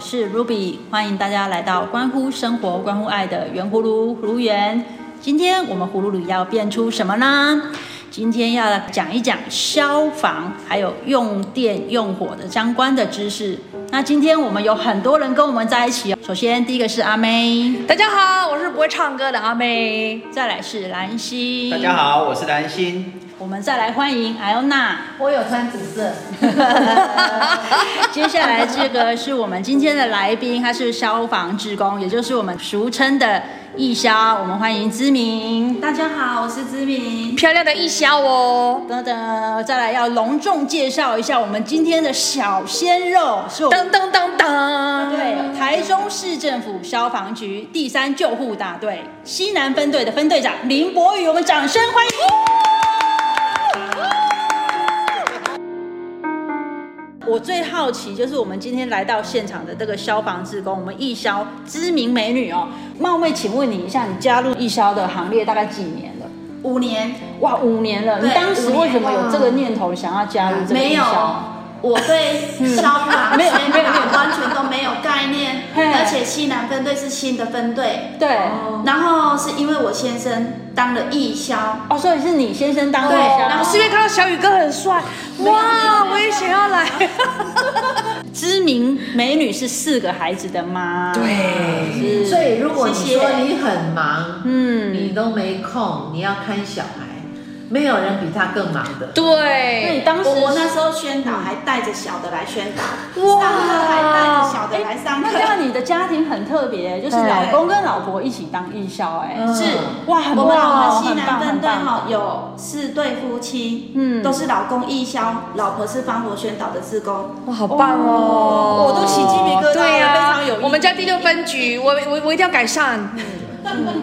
是 Ruby，欢迎大家来到关乎生活、关乎爱的圆葫芦葫芦园。今天我们葫芦里要变出什么呢？今天要讲一讲消防还有用电用火的相关的知识。那今天我们有很多人跟我们在一起哦。首先第一个是阿妹，大家好，我是不会唱歌的阿妹。再来是兰溪，大家好，我是蓝心。我们再来欢迎艾欧娜。我有穿紫色， 接下来这个是我们今天的来宾，他是消防职工，也就是我们俗称的义消。我们欢迎知明，大家好，我是知明。漂亮的一肖哦，等等，再来要隆重介绍一下我们今天的小鲜肉，是我们噔噔噔噔，对台中市政府消防局第三救护大队西南分队的分队长林博宇，我们掌声欢迎。我最好奇就是我们今天来到现场的这个消防志工，我们义消知名美女哦，冒昧请问你一下，你加入义消的行列大概几年了？五年哇，五年了！你对当时五年为什么有这个念头想要加入这个没义有消？，我 对消防、没有全没有没有法完全都没有概念，嘿哦而且西南分队是新的分队，对。然后是因为我先生当了义消，哦，所以是你先生当对义消，然我后是因为看到小宇哥很帅，哇，我也想要来。 知名美女是四个孩子的妈，，对，所以如果你谢谢说你很忙，嗯，你都没空，你要看小孩，没有人比他更忙的。那你对，当时嗯我我那时候宣导还带着小的来宣导，哇上课还带着小的来上哎那课这，样你的家庭很特别，就是对老公跟老婆一起当义消，哎，嗯是哇，很我棒们我哦，们西很南棒，分很队棒，哈有四对夫妻，嗯都是老公义消，老婆是防火宣导的志工。哇，好棒哦，我都起鸡皮疙瘩了对呀啊非常有意义我们家第六分局，我我我一定要改善。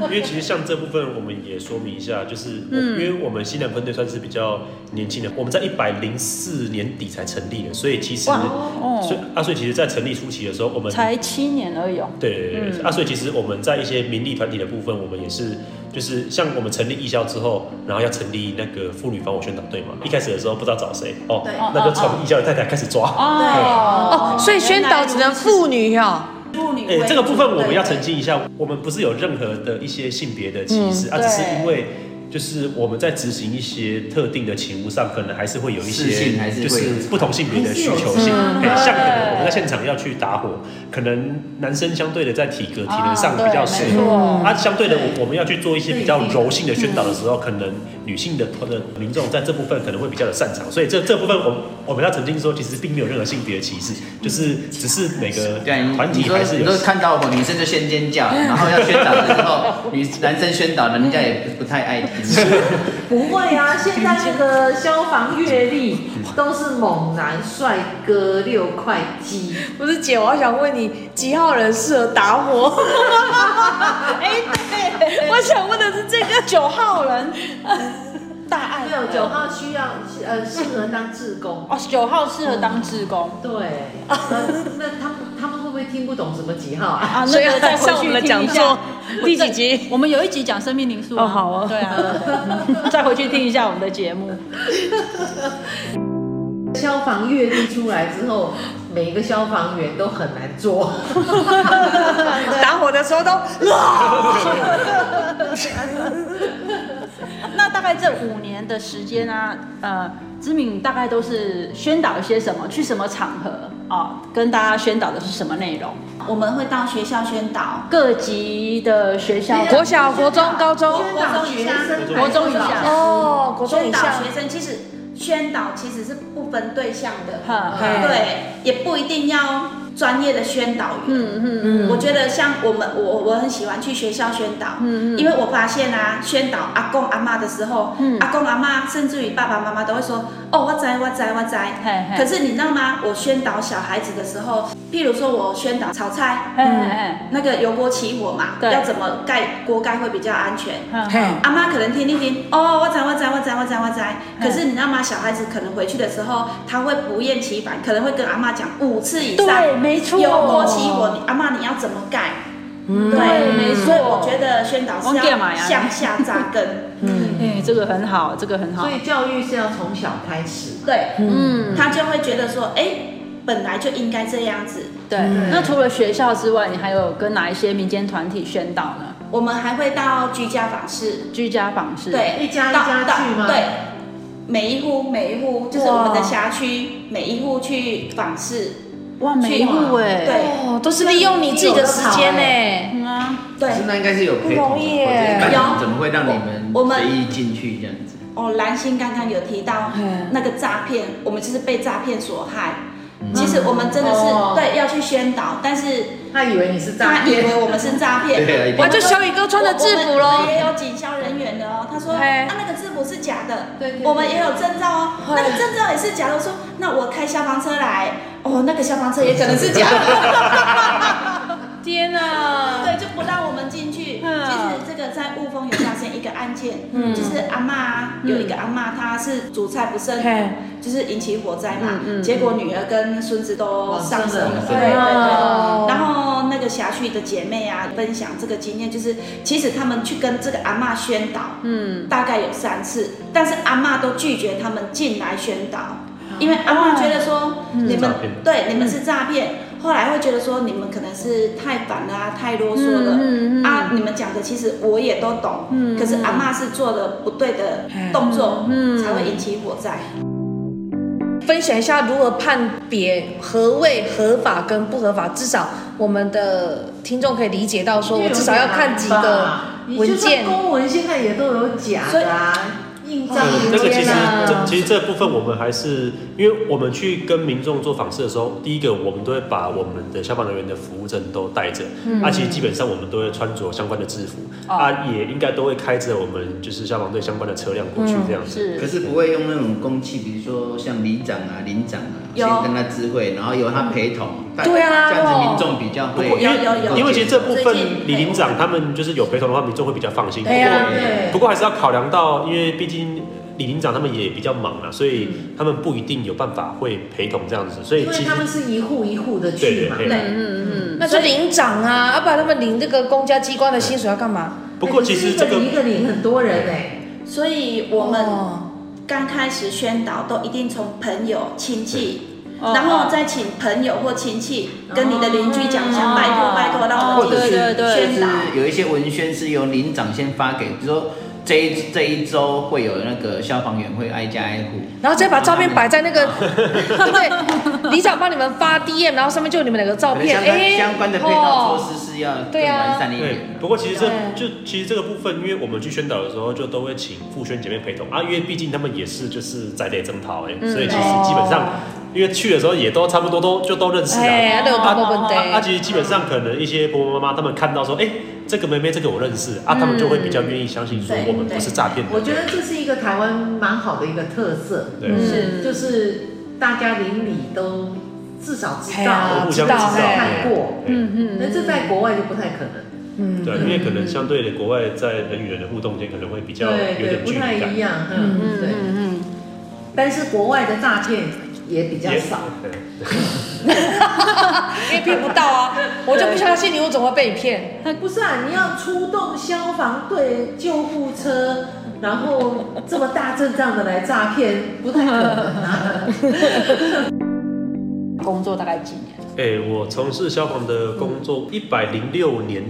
因为其实像这部分，我们也说明一下，就是我、因为我们西南分队算是比较年轻的，我们在一百零四年底才成立的，所以其实，哦所以啊，所以其实，在成立初期的时候，我们才七年而已哦，对对对、对啊，所以其实我们在一些民力团体的部分，我们也是就是像我们成立义校之后，然后要成立那个妇女防火宣导队嘛，一开始的时候不知道找谁哦对，那就从义校的太太开始抓。哦哦，所以宣导只能妇女哦。妇女哎、为这个部分我们要主对澄清一下，我们不是有任何的一些性别的歧视、嗯啊，只是对因为就是我们在执行一些特定的勤务上，可能还是会有一事些情还是会就有是不同性别的需求性。嗯哎、像可能我对们在现场要去打火，可能男生相对的在体格体能啊上比较对适没合错，啊，相对的我我们要去做一些比较柔性的宣导的时候，可能女性的的民众在这部分可能会比较的擅长，所以这这部分我们我们要澄清说，其实并没有任何性别的歧视，就是只是每个对，你团你体说还是你有说看到我女生就先尖 叫，然后要宣导的时候，女男生宣导人家也不太爱听。不会啊， 现在那个消防阅历都是猛男帅哥六块肌，不是姐，我好想问你，几号人适合打火？ 哎， 对，我想问的是这个九号 人，大爱没有九号需要呃适合当志工。哦，九号适合当志工 对，那那他们他们会不会听不懂什么几号啊？啊，所以那个再要上回我去们的听讲一下座。第几集？我们有一集讲生命灵数啊哦好哦对啊，再回去听一下我们的节目。 消防阅历出来之后，每一个消防员都很难 做。 打火的时候都那大概这五年的时间啊，呃，知敏大概都是宣导一些什么，去什么场合啊、跟大家宣导的是什么内容？我们会到学校宣导，各级的学校，国小、国中、高中宣导学生，国中以下哦，国中宣以导下学生其实宣导其实是不分对象的，哈，哈对，也不一定要专业的宣导员。嗯嗯嗯，我觉得像我们，我我很喜欢去学校宣导，嗯嗯因为我发现啊，宣导阿公阿妈的时候，嗯阿公阿妈甚至于爸爸妈妈都会说，哦，我栽我栽我嘿栽。嘿可是你知道吗？我宣导小孩子的时候，譬如说我宣导炒菜，哎哎那个油锅起火嘛，对要怎么盖锅盖会比较安全？哎，嘿哈阿妈可能听一听，哦，我知我知我知我知我知。嗯可是你知道吗？小孩子可能回去的时候，他会不厌其烦，可能会跟阿妈讲五次以上。对，没错，油锅起火，你阿妈你要怎么盖？对，没所以错，我觉得宣导是我干嘛要呀向下扎根，哎，这个很好，这个很好所，以教育是要从小开始。对，嗯，他就会觉得说，哎，本来就应该这样子。对，那除了学校之外，你还有跟哪一些民间团体宣导呢？我们还会到居家访视，居家访视，对，一家一到家到去吗对，每一户每一户就是我们的辖区，每一户去访视。哇，每一户哎，对哦，都是利用你自己的时间呢。嗯啊，对，那应该是有不陪同容的，易耶我觉得有怎么会让你们我我们随意进去这样子？哦，蓝心刚刚有提到嗯那个诈骗，我们就是被诈骗所害。其实我们真的是哦对要去宣导，但是他以为你是诈他以骗，为我们是诈骗，对啊一定哇，就小宇哥穿着制服我我喽们。也有警消人员的哦，他说嘿啊那个制服是假的，对对对我们也有证照哦，嘿那个证照也是假的。我说那我开消防车来，哦，那个消防车也可能是假的，天哪！对，就不让我们进去。其嗯实这个在雾峰有发生一个案件，就是阿妈有一个阿妈，她是煮菜不慎嘿，就是引起火灾嘛嗯嗯，结果女儿跟孙子都往生丧生了了，对对对。哦然后那个辖区的姐妹啊，分享这个经验，就是其实他们去跟这个阿嬷宣导，嗯，大概有三次，但是阿嬷都拒绝他们进来宣导，啊因为阿嬷觉得说嗯你们诈骗对你们是诈骗，后来会觉得说你们可能是太烦了啊，太啰嗦了嗯嗯嗯嗯啊，你们讲的其实我也都懂，可是阿嬷是做的不对的哎动作，嗯才会引起火灾。分享一下如何判别何谓合法跟不合法，至少我们的听众可以理解到，说我至少要看几个文你就算件。公文现在也都有假的啊，印章对嗯民这个其间实这啊，其实这部分我们还是，因为我们去跟民众做访视的时候，第一个我们都会把我们的消防人员的服务证都带着，啊，其实基本上我们都会穿着相关的制服，哦啊，也应该都会开着我们就是消防队相关的车辆过去这样子。可是，是不会用那种工具，比如说像里长啊、林长啊，有先跟他知会，然后由他陪同。对啊这样哦子民众比较不会过因为有有有因为其实这部最分近李林长他们就是有陪同的话，民众会比较放心。不对过啊不对，过还是要考量到，因为毕竟李林长他们也比较忙啊，所以他们不一定有办法会陪同这样子，所以因为其实他们是一户一户的对去对嘛，对。对嗯嗯那就领长啊，要、不然他们领这个公家机关的薪水要干嘛？不过其实一个这个嗯领一个领很多人哎，所以我们哦刚开始宣导都一定从朋友、亲戚，哦然后再请朋友或亲戚跟你的邻居讲一下，拜托拜托，让我或们者进哦对对是去对宣就导。是有一些文宣是由林长先发给，比如说这一这一周会有那个消防员会挨家挨户，然后再把照片摆在那个，对不对？里长帮你们发 DM，然后上面就有你们两个照片，相关哎，相关的配套哦措施是要更对啊完善一点对，的。不过其实这对就其实这个部分，因为我们去宣导的时候，就都会请傅宣姐妹陪同啊，因为毕竟他们也是就是在内征讨哎，嗯所以其实基本上，因为去的时候也都差不多都就都认识了。哎，那个包包本啊啊，得，其实基本上可能一些婆婆妈妈他们看到说，哎、这个妹妹这个我认识啊，他们就会比较愿意相信说对我们不是诈骗的。嗯我觉得这是一个台湾蛮好的一个特色，对是就是大家邻里都至少知哎道呀我，互相知知道道看过，哎嗯那这在国外就不太可能，嗯，对，因为可能相对的国外在人与人的互动间可能会比较对有对，点不距离太感一，样，嗯嗯对。嗯但是国外的诈骗也比较也少，对因为骗不到啊，我就不相信你，我怎么会被你骗？不是啊，你要出动消防队、救护车，然后这么大阵仗的来诈骗，不太可能 啊。嗯，工作大概几年？哎、我从事消防的工作一百零六年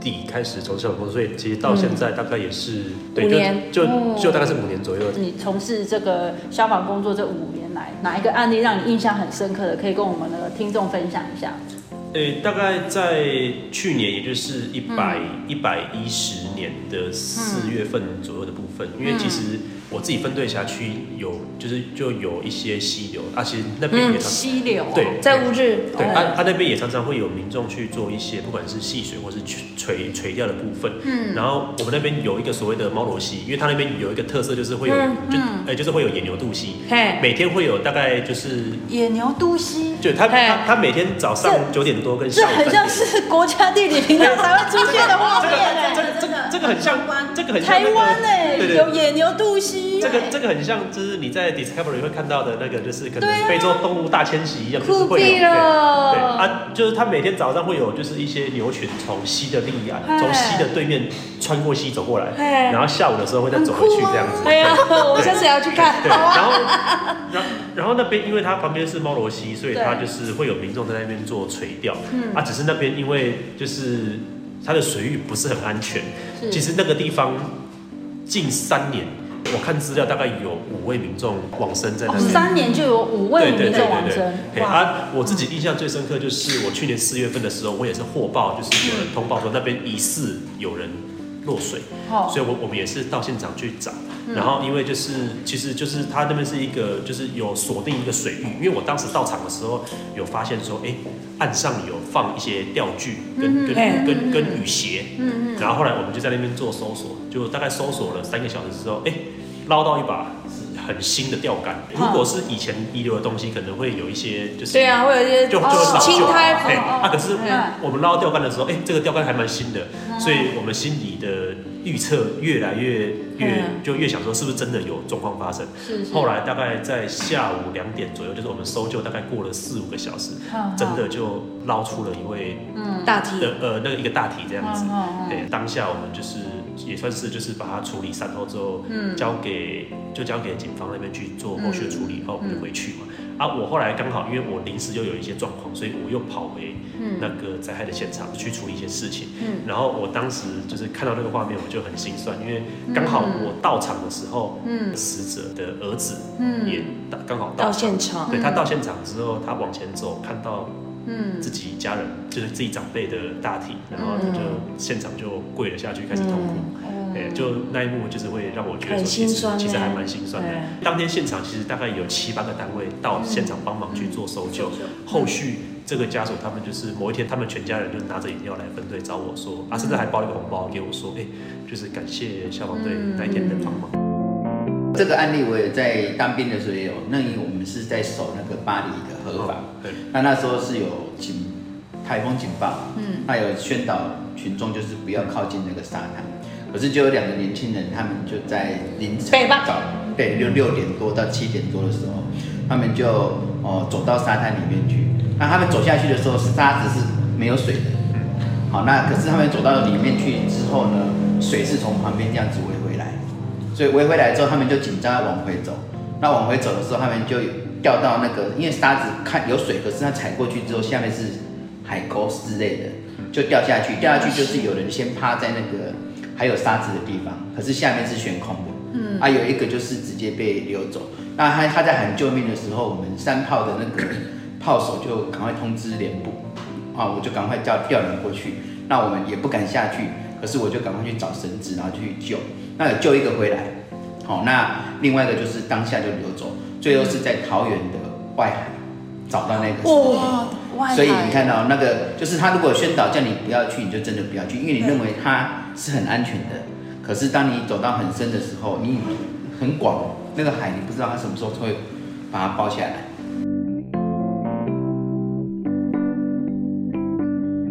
底开始从事消防工作，所以其实到现在大概也是、五对，年就哦嗯就就大概是五年左右。你从事这个消防工作这五年来，哪一个案例让你印象很深刻的，可以跟我们的听众分享一下？呃、大概在去年，也就是嗯一百一百一十年的四月份左右的部分，嗯因为其实我自己分队辖区有，就是就有一些溪流，啊，其实那嗯边也常、溪流，对在乌日，对，哦他他那边也常常会有民众去做一些，不管是戏水或是垂垂垂钓的部分。嗯，然后我们那边有一个所谓的猫罗溪，因为它那边有一个特色就是会有，嗯就呃就是会有野牛肚溪，嘿每天会有大概就是，野牛都溪，就他嘿他他每天早上九点多跟这下午三很像点。是国家地理频道才会出现的画这个面哎、这个这个这个很像，这个很像台那个湾哎、对对有野牛渡溪，这个这个很像，就是你在 Discovery 会看到的那个，就是可对啊能非洲动物大迁徙一样，就是会有酷毙对对了啊，就是它每天早上会有就是一些牛群从溪的另一岸，嗨从溪的对面穿过溪走过来，哎然后下午的时候会再走回去这样子。哎呀，我下次也要去看。对，然后，然后然后那边因为它旁边是猫罗溪，所以它就是会有民众在那边做垂钓。啊，只是那边因为就是它的水域不是很安全，其实那个地方近三年，我看资料大概有五位民众往生在那哦，边。三年就有五位对对民对众往对对生，嘿哇！啊！我自己印象最深刻就是我去年四月份的时候，我也是获报，就是有人通报说那边疑似有人落水，哦所以我我们也是到现场去找。嗯然后因为就是其实就是它那边是一个就是有锁定一个水域，因为我当时到场的时候有发现说，哎、岸上有放一些钓具跟跟嗯跟跟雨鞋，然后后来我们就在那边做搜索，就大概搜索了三个小时之后，哎、捞到一把是很新的钓竿。如果是以前遗留的东西，可能会有一些就嗯是对啊，会有一些就就会哦老旧青苔哎，啊，可是嗯我们捞到钓竿的时候，哎，这个钓竿还蛮新的，所以我们心里的预测越来越越嗯就越想说是不是真的有状况发生。是是后来大概在下午两点左右，就是我们搜救大概过了四五个小时嗯嗯，哦真的就捞出了一位大体的呃那个一个大体这样子嗯哦嗯嗯。对，当下我们就是也算是就是把它处理善后之后，嗯交给就交给警方那边去做后续的处理，然后我嗯们就回去嘛。啊，我后来刚好因为我临时又有一些状况，所以我又跑回嗯那个灾害的现场去处理一些事情。然后我当时就是看到那个画面，我就很心酸，因为刚好嗯我到场的时候，死者的儿子也到刚好嗯到到场现。场，对他到现场之后，他往前走，看到嗯自己家人，就是自己长辈的大体，然后他就现场就跪了下去，开始痛哭。对，就那一幕就是会让我觉得说，嗯哦很其心实酸其实呢还蛮心酸的对。嗯当天现场其实大概有七八个单位到现场帮忙去做搜救，后续这个家属他们就是某一天，他们全家人就拿着饮料来分队找我说，啊，甚至还包了一个红包给我说，哎、就是感谢消防队嗯那一天的帮忙。这个案例我也在当兵的时候也有，那因为我们是在守那个巴黎的河嗯防，对，那那时候是有警台风警报，嗯，那有宣导群众就是不要靠近那个沙滩。可是就有两个年轻人，他们就在凌晨北吧早对六六点多到七点多的时候，他们就哦走到沙滩里面去。那他们走下去的时候，沙子是没有水的，嗯好，那可是他们走到里面去之后呢，水是从旁边这样子围回来，所以围回来之后，他们就紧张地往回走。那往回走的时候，他们就掉到那个，因为沙子看有水，可是他踩过去之后，下面是海沟之类的，就掉下去。掉下去就是有人先趴在那个还有沙子的地方，可是下面是悬空的。嗯，啊，有一个就是直接被溜走。那他他在喊救命的时候，我们三炮的那个炮手就赶快通知连部，啊，我就赶快叫调人过去。那我们也不敢下去，可是我就赶快去找绳子，然后去救。那有救一个回来，好、那另外一个就是当下就流走，最后是在桃园的外海找到那个。哇，所以你看到那个，就是他如果宣导叫你不要去，你就真的不要去，因为你认为它是很安全的。可是当你走到很深的时候，你很广，那个海你不知道它什么时候会把它包下来。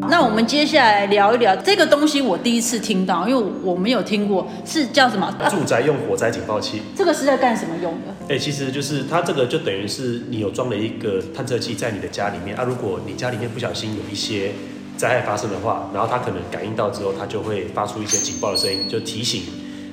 那我们接下来聊一聊这个东西，我第一次听到，因为我没有听过，是叫什么？住宅用火灾警报器。这个是在干什么用的？哎、其实就是它这个就等于是你有装了一个探测器在你的家里面啊，如果你家里面不小心有一些灾害发生的话，然后它可能感应到之后，它就会发出一些警报的声音，就提醒。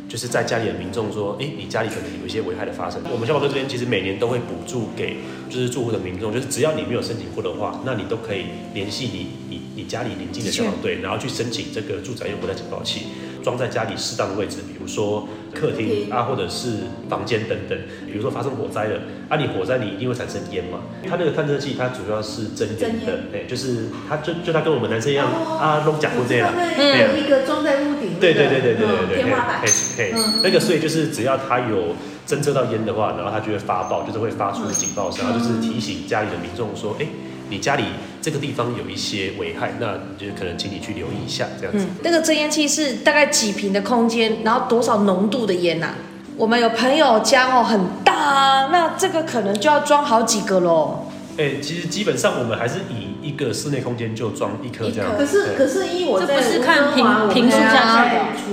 就是在家里的民众说，哎、你家里可能有一些危害的发生。我们消防队这边其实每年都会补助给就是住户的民众，就是只要你没有申请过的话，那你都可以联系你你你家里邻近的消防队，然后去申请这个住宅用火灾警报器，装在家里适当的位置，比如说客厅啊，或者是房间等等。比如说发生火灾了，啊，你火灾你一定会产生烟嘛，它那个探测器它主要是嗯真烟的，哎、就是它就就它跟我们男生一样、啊，弄假货这样。那有一个装在屋顶，对对对对对对对，天花板嘿嘿，嘿那个所以就是只要它有侦测到烟的话，然后它就会发报，就是会发出警报声，然后就是提醒家里的民众说，哎、你家里这个地方有一些危害，那你就可能请你去留意一下这样子。那个增烟器是大概几平的空间，然后多少浓度的烟呐、我们有朋友家哦很大啊，那这个可能就要装好几个喽。哎、其实基本上我们还是以一个室内空间就装一颗这样一颗可子。是对可是依我在这不是看温哥华评评述下去的我们家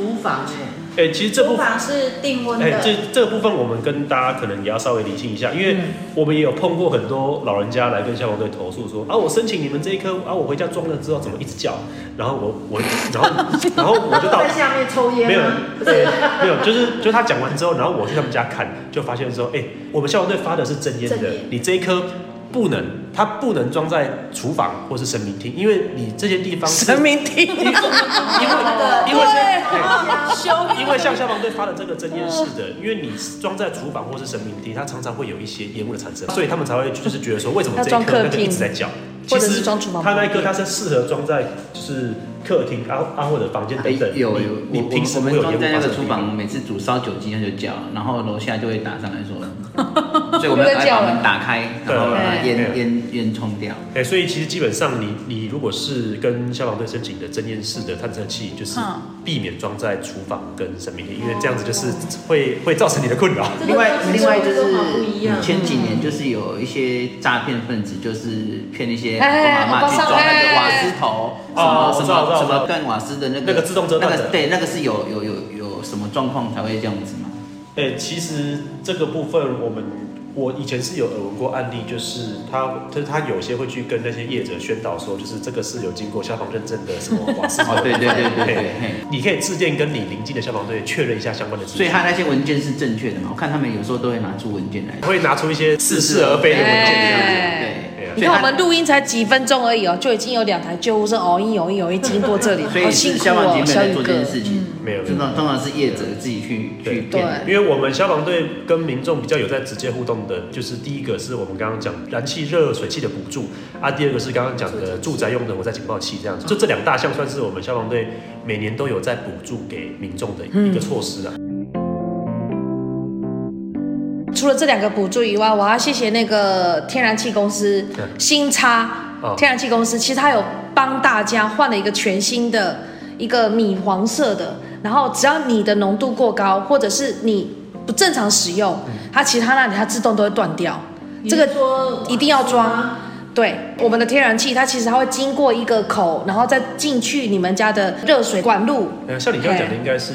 在厨房哎，哎、其实这部厨分。房是定温哎、的，嗯这这个部分我们跟大家可能也要稍微理清一下，因为我们也有碰过很多老人家来跟消防队投诉说啊，我申请你们这一颗啊，我回家装了之后怎么一直叫，然后我我然后 然后我 就到在下面抽烟啊没有吗？没有，就是就是他讲完之后，然后我去他们家看，就发现说，哎、我们消防队发的是真烟的真烟，你这一颗。不能，它不能装在厨房或是神明厅，因为你这些地方是神明厅，因为对因为对因为像消防队发的这个真烟式的，因为你装在厨房或是神明厅，它常常会有一些烟雾的产生，所以他们才会就是觉得说，为什么这 要一装颗那客个厅一直在叫？或其者是实装厨房它那一颗它是适合装在就是客厅啊啊或者房间等等。哎有有你，你我平时我会们有装烟雾在那发生个的厨地方。房，每次煮烧酒鸡那就叫，然后楼下就会打上来 说，所以我又们在要叫把了门打开，然后把对烟对烟烟冲掉。哎、所以其实基本上你你如果是跟消防队申请的真烟式的探测器，就是嗯避免装在厨房跟神明厅，因为这样子就是会会造成你的困扰。这个另外方式，另外就是做法不一样前几年就是有一些诈骗分子，就是骗一些哎哎阿公阿我知嬷去道装那哎个瓦斯头，什哦么我什知道我么什知道我知道么断瓦斯的那个那个自动遮那断的个对，那个是有有有有什么状况才会这样子嘛？诶、哎其实这个部分我们。我以前是有耳闻过案例，就是他，就是他有些会去跟那些业者宣导说，就是这个是有经过消防认证的 什么瓦斯哦，对对对对对，嘿。你可以致电跟你邻近的消防队确认一下相关的资所以讯，他那些文件是正确的嘛？我看他们有时候都会拿出文件来。会拿出一些似是而非的文件这样子。哎对，你看我们录音才几分钟而已哦，就已经有两台救护车哦一哦一哦一经过这里，所以好是辛苦消防哦局，没有小在宇做这哥件。事情，没有，没有通常通常是业者自己去去对骗对的。因为我们消防队跟民众比较有在直接互动的，就是第一个是我们刚刚讲燃气热水器的补助啊，第二个是刚刚讲的住宅用的火灾警报器这样嗯子，就这两大项算是我们消防队每年都有在补助给民众的一个措施啊。嗯除了这两个补助以外，我要谢谢那个天然气公司对新差哦天然气公司，其实它有帮大家换了一个全新的一个米黄色的，然后只要你的浓度过高，或者是你不正常使用，它其他那里它自动都会断掉。这个你是说一定要装。对，我们的天然气它其实它会经过一个口，然后再进去你们家的热水管路。呃，像你刚刚讲的应该是，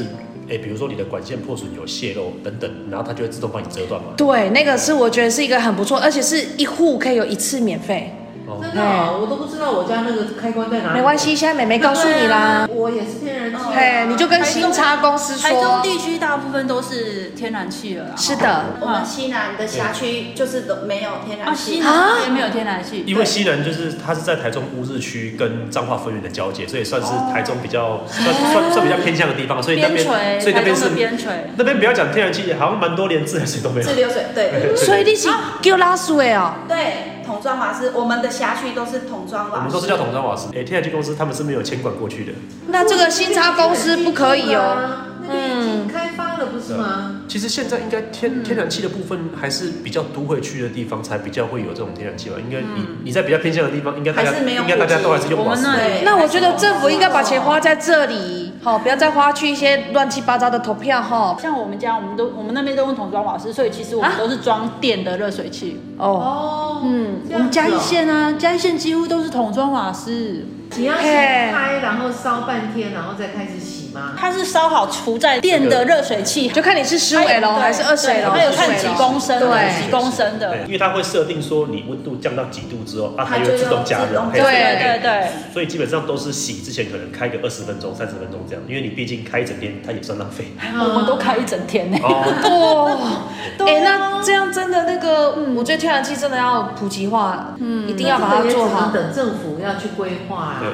哎，比如说你的管线破损有泄漏等等，然后它就会自动帮你折断嘛。对，那个是我觉得是一个很不错，而且是一户可以有一次免费，嗯哦，真的哦，我都不知道我家那个开关啊在哪里。没关系，现在美美告诉你啦。我也是天然气啊，嘿，你就跟新差公司台中说，地区大部分都是天然气了啦，是哈的，我们西南的辖区就是都没有天然啊，西气，南那边没有天然气，因为西南就是它是在台中乌日区跟彰化分院的交界，所以算是台中比较算算算比较偏向的地方，所以那哦边边陲，所以那台边中是的边陲。那边不要讲天然气，好像蛮多连自来水都没有自。流水，哎对所以你是叫拉苏的哦。对，桶装瓦斯，我们的辖区都是桶装我瓦们斯，都是叫桶装瓦斯，哎、天然气公司他们是没有监管过去的。那这个新差公司不可以哦。嗯那个已经开发了，不是吗？其实现在应该天天然气的部分还是比较都会区的地方才比较会有这种天然气吧？应该你你在比较偏向的地方，应该大家还是没有应该大家都还是用我瓦们斯。那里对那我觉得政府应该把钱花在这里，好，不要再花去一些乱七八糟的投票哈。像我们家，我们都我们那边都用桶装瓦斯，所以其实我们都是装电的热水器。哦，哦，嗯，这我样们子哦嘉义县啊，嘉义县几乎都是桶装瓦斯，你要嘿先开，然后烧半天，然后再开始洗吗？它是烧好储在电的热水器，就看你是十五还有 L 哎哦对还是二十 L，还有看40几 L 公升的对几公升的对，因为它会设定说你温度降到几度之后，啊，它它就就会自动要加自热动。嘿加热对对对，所以基本上都是洗之前可能开个二十分钟、三十分钟这样，因为你毕竟开一整天，它也不算浪费。我们都开一整天呢。哦，哇，啊哎，那这样真的那个，嗯我觉得天然气真的要普及化，嗯，一定要把它做这个也只能好。等政府要去规划啊。对。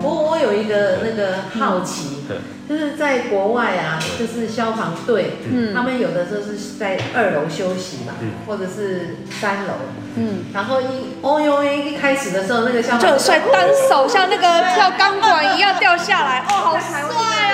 我我有一个那个好奇嗯，就是在国外啊，就是消防队，嗯他们有的时候是在二楼休息嘛嗯，或者是三楼，嗯，然后一哦呦一开始的时候，那个消防就队很帅，单手像那个跳钢管一样掉下 来，哦，好帅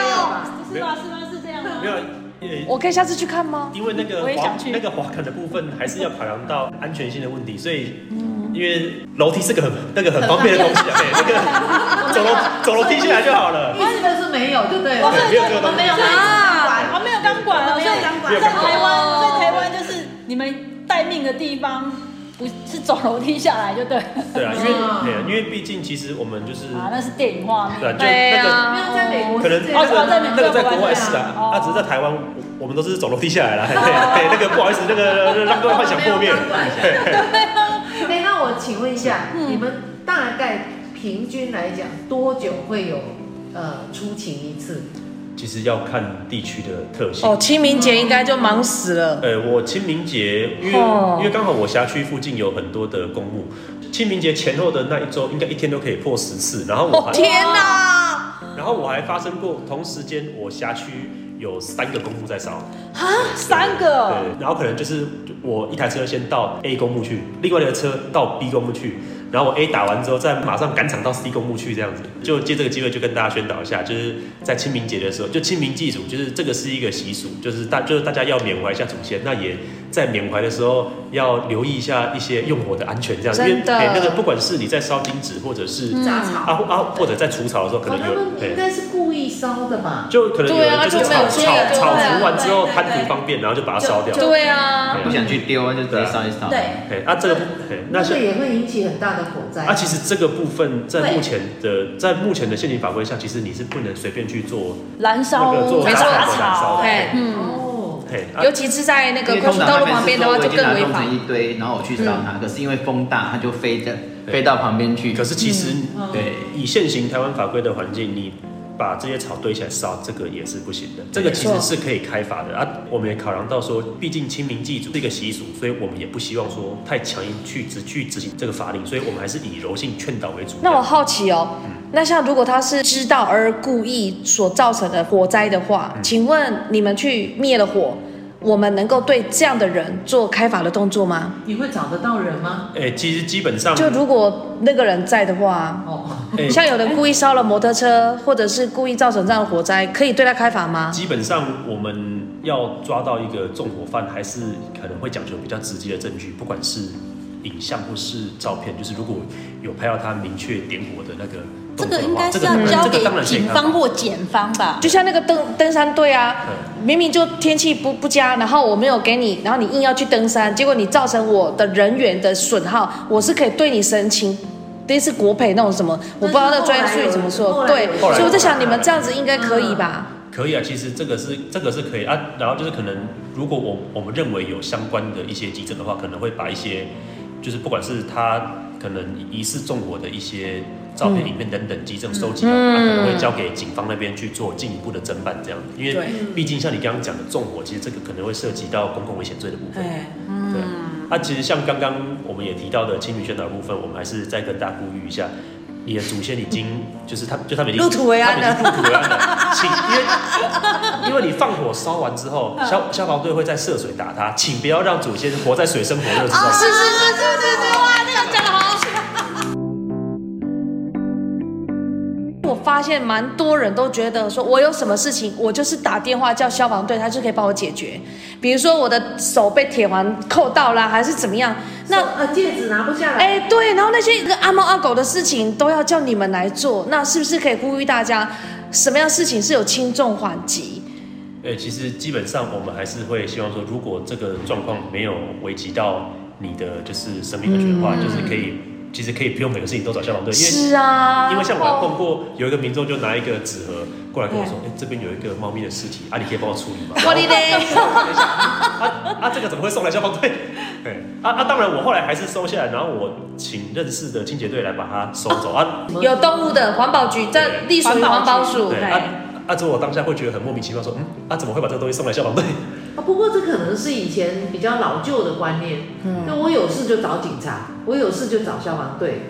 哦！是吗？是吗？是这样吗没有，呃我可以下次去看吗？因为那个我也滑想去那个滑坎的部分还是要考量到安全性的问题，所以嗯因为楼梯是个很那个很方便的东 西啊，对，那个走楼走楼梯下来就好了。意思就是没有，对不对了？对没有这个东西没有啊，钢我没有钢管了，管，没有钢没在管，有钢台管湾，在台湾就是你们待命的地方，不是走楼梯下来就对了。对 啊，因为啊对啊，嗯因为毕竟其实我们就是啊，那是电影画面。对啊，就对那个啊，没有在美国可能是这那哦样哦在美个国那个在国外是啊，哦啊，只是在台湾，我我们都是走楼梯下 来了。嘿嘿，那个不好意思，那个让各位幻想 破灭。 哎，那我请问一下，你们大概平均来讲多久会有呃出勤一次？其实要看地区的特性哦，。清明节应该就忙死了。呃，我清明节，因为哦因为刚好我辖区附近有很多的公墓，清明节前后的那一周，应该一天都可以破十次。然后我哦还，天哪！然后我还发生过，同时间我辖区有三个公墓在烧。啊，三个，对，然后可能就是我一台车先到 A 公墓去，另外一台车到 B 公墓去，然后我 A 打完之后，再马上赶场到 C 公墓去，这样子。就借这个机会就跟大家宣导一下，就是在清明节的时候，就清明祭祖，就是这个是一个习俗，就是大就是大家要缅怀一下祖先，那也在缅怀的时候要留意一下一些用火的安全，这样子，因为真的哎那个不管是你在烧金纸，或者是、杂啊草，啊，或者在除草的时候，可哦，能他有们对应该是故意烧的吧？就可能有对啊人就是就没有炒注炒意就炒会啊除完之后对对贪图对方便，然后就把它烧掉。对啊，不想去丢，就直接烧一烧。对，哎，啊，这个哎，那那是个也会引起很大的火灾。啊，其实这个部分在目前的在目前的现行法规下，其实你是不能随便去做燃烧那个做杂杂草燃烧草，哎，嗯，哦，嘿啊尤其是在那因个为快通速常道他路们旁边是的说话，我已就经拿更违弄法成。一堆，然后我去烧它，可是因为风大，它就飞的对飞到旁边去。可是其实嗯对，以现行台湾法规的环境，你把这些草堆起来烧，这个也是不行的。这个其没实错是可以开法的啊。我们也考量到说，毕竟清明祭祖是一个习俗，所以我们也不希望说太强硬去执去执行这个法令，所以我们还是以柔性劝导为主。那我好奇哦，那像如果他是知道而故意所造成的火灾的话，请问你们去灭了火，我们能够对这样的人做开罚的动作吗？你会找得到人吗？哎、其实基本上就如果那个人在的话，哦，哎像有人故意烧了摩托车，或者是故意造成这样的火灾，可以对他开罚啊吗？基本上我们要抓到一个纵火犯，还是可能会讲求比较直接的证据，不管是影像或是照片，就是如果有拍到他明确点火的那个这动作个的应话，该是要这个交这个给当然是可以警看到方或检方吧。就像那个登登山队啊，明明就天气不不佳，然后我没有给你，然后你硬要去登山，结果你造成我的人员的损耗，我是可以对你申请。类似国赔那种什么，我不知道那专业术语怎么说。对，后嗯来有所以我在想，你们这样子应该可以吧？可以啊，其实这个是这个是可以啊。然后就是可能，如果我我们认为有相关的一些急症的话，可能会把一些就是不管是他可能疑似纵火的一些照嗯片、影片等等急症收集好，那、可能会交给警方那边去做进一步的侦办这样子。因为对毕竟像你刚刚讲的纵火，其实这个可能会涉及到公共危险罪的部分。哎，对啊，那、其实像刚刚我们也提到的清明宣导部分，我们还是再跟大家呼吁一下，你的祖先已经就是他，就他们已经入土为安了他们已经入土为安了，请因为因为你放火烧完之后，嗯消消防队会在涉水打他，请不要让祖先活在水深火热之中。啊是是是是是是，哇，那个讲的好。 我发现蛮多人都觉得说，我有什么事情，我就是打电话叫消防队，他就可以帮我解决。比如说我的手被铁环扣到啦，还是怎么样？那那呃戒指拿不下来，哎、对，然后那些个阿猫阿狗的事情都要叫你们来做，那是不是可以呼吁大家，什么样的事情是有轻重缓急？呃，其实基本上我们还是会希望说，如果这个状况没有危及到你的就是生命安全的话，就是可以，其实可以不用每个事情都找消防队，因为嗯是啊，因为像我还哦碰过有一个民众就拿一个纸盒过来跟我说，哎、这边有一个猫咪的尸体啊，你可以帮我处理吗？我 的嘞，啊啊，这个怎么会送来消防队？对啊啊，当然我后来还是收下来，然后我请认识的清洁队来把它收走啊。有动物的环保局，这对隶属于环保署对，啊啊，这我当下会觉得很莫名其妙，说嗯啊，怎么会把这个东西送来消防队？啊，不过这可能是以前比较老旧的观念。嗯那我有事就找警察，我有事就找消防队，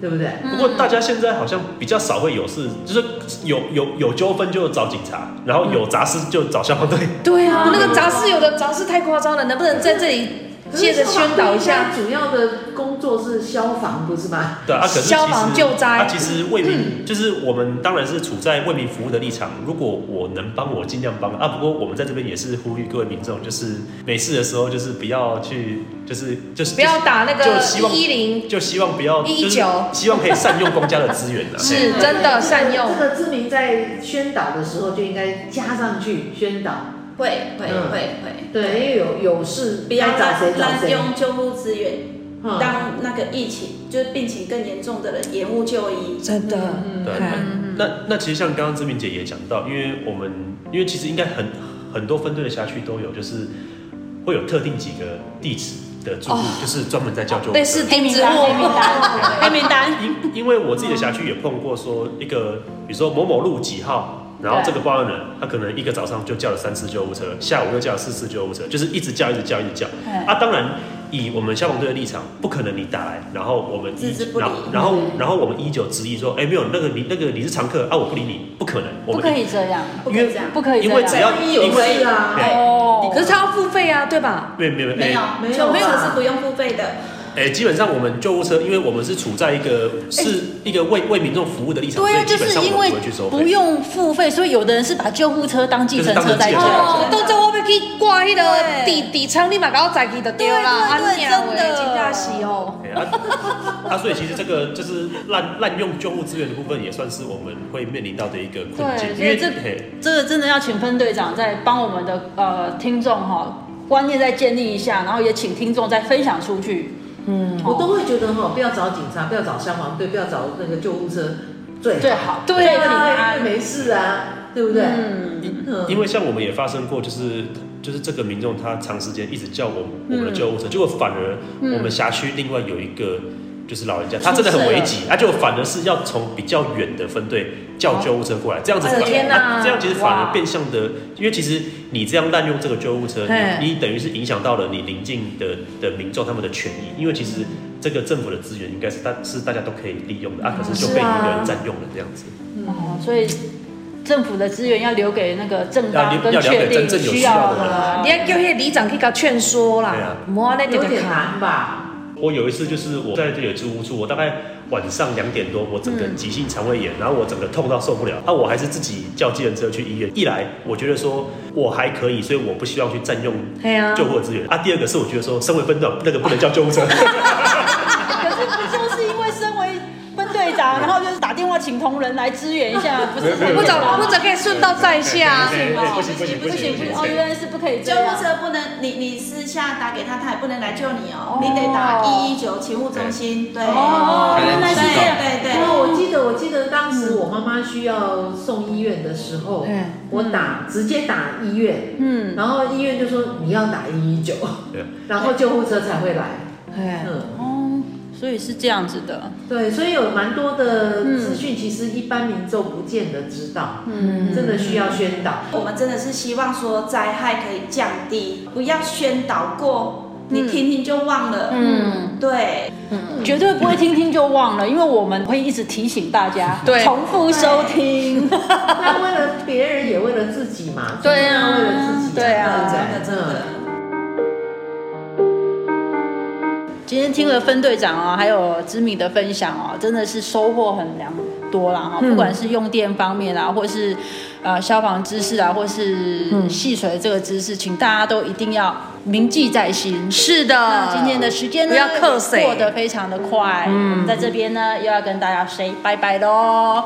对不对？不过大家现在好像比较少会有事，就是有有有纠纷就找警察，然后有杂事就找消防队。对啊，那个杂事有的杂事太夸张了，能不能在这里借着宣导一下？可是消防队应该主要的工作是消防，不是吗？对啊，可是其实消防救灾嗯啊，其实为民、就是我们当然是处在为民服务的立场。如果我能帮，我尽量帮啊。不过我们在这边也是呼吁各位民众，就是没事的时候，就是不要去，就是就是不要打那就个希望一零，就希望不要119就是希望可以善用公家的资源 啊。是真的善用这个字明在宣导的时候就应该加上去宣导，会会嗯会会，对，因为有有事不要该找谁滥找滥谁。用救护资源，嗯当那个疫情就是病情更严重的人延误就医，真的，嗯嗯对哎嗨那那其实像刚刚志明姐也讲到，因为我们因为其实应该很很多分队的辖区都有，就是会有特定几个地址的住户，就是专门在叫救护车。类似黑钉名子单，黑户，名单，黑名单，因因为我自己的辖区也碰过，说一个比如说某某路几号，然后这个报案人他可能一个早上就叫了三次救护车，下午又叫了四次救护车，就是一直叫一直叫一直叫。啊，当然以我们消防队的立场，不可能你打来，然后我们置之不理然后然后然后我们依旧执意说，哎、没有那个你那个你是常客啊，我不理你，不可能，我不们可以这样，不可以这样。不可以这因样，为只要万一有因为事啊对哦，可是他要付费啊，对吧？没有没有没有哎，没有救护车啊是不用付费的。哎，基本上我们救护车，因为我们是处在一个是一个为为民众服务的立场，所哎对啊，以就基本是上我因们为不会去收不费。用付费，所以有的人是把救护车当计程车在就叫。是当哦，都在我要去挂迄个底底仓，立马搞载去就对对啦，对对啊娘喂真的真正是哦，哎啊，啊，所以其实这个就是滥滥用救护资源的部分，也算是我们会面临到的一个困境对，因为所以这嘿这个真的要请分队长再帮我们的呃听众哈、观念再建立一下，然后也请听众再分享出去。嗯，我都会觉得哈，不要找警察，不要找消防队，不要找那个救护车，最最好对最对平啊，安因为。没事啊，对不对？嗯，嗯因为像我们也发生过，就是就是这个民众他长时间一直叫我们我们的救护车，结果反而我们辖区另外有一个。就是老人家，他真的很危急，啊，就反而是要从比较远的分队叫救护车过来，这样子哎反呦天而、哪啊这样其实反哇而变相的，因为其实你这样滥用这个救护车，嘿你你等于是影响到了你邻近的的民众他们的权益，因为其实这个政府的资源应该是大是大家都可以利用的啊，可是就是被啊一个人占用了这样子。哦，所以政府的资源要留给那个正当要跟要留确给定真正有需需要要的人的你。要叫迄里长去甲劝说啦对啊，莫安尼就有被点卡。难吧？我有一次就是我在这里租屋住，我大概晚上两点多，我整个急性肠胃炎，然后我整个痛到受不了，那、我还是自己叫计程车去医院。一来我觉得说我还可以，所以我不希望去占用嘿啊救护的资源啊。第二个是我觉得说身为分段那个不能叫救护车，可是不就是因为身为分队长，然后就是打电话请同仁来支援一下，不是或者或者可以顺道在下，啊对对不行不行不行不不行不行行哦，原来是不可以这救样护。车不能，你你私下打给他，他也不能来救你哦哦，你得打一一九勤务中心。对，哦原来是这样对对因为哦我记得，我记得当时我妈妈需要送医院的时候嗯，我打直接打医院，嗯，然后医院就说你要打一一九，对 然后救护车才会来。哎，嗯，哦，所以是这样子的。对，所以有蛮多的资讯，其实一般民众不见得知道，嗯，真的需要宣导。对，我们真的是希望说灾害可以降低，不要宣导过，你听听就忘了。嗯，对，绝对不会听听就忘了，因为我们会一直提醒大家，对重复收听。那为了别人也为了自己嘛，对啊为了自己，对啊不真的真的。嗯今天听了分队长啊，还有知米的分享哦、真的是收获很良多啦嗯哈、不管是用电方面啊，或是呃消防知识啊，或是戏水这个知识，请大家都一定要铭记在心。是那的，今天的时间呢，不要克谁也过得非常的快。嗯，在这边呢，又要跟大家 say 拜拜喽。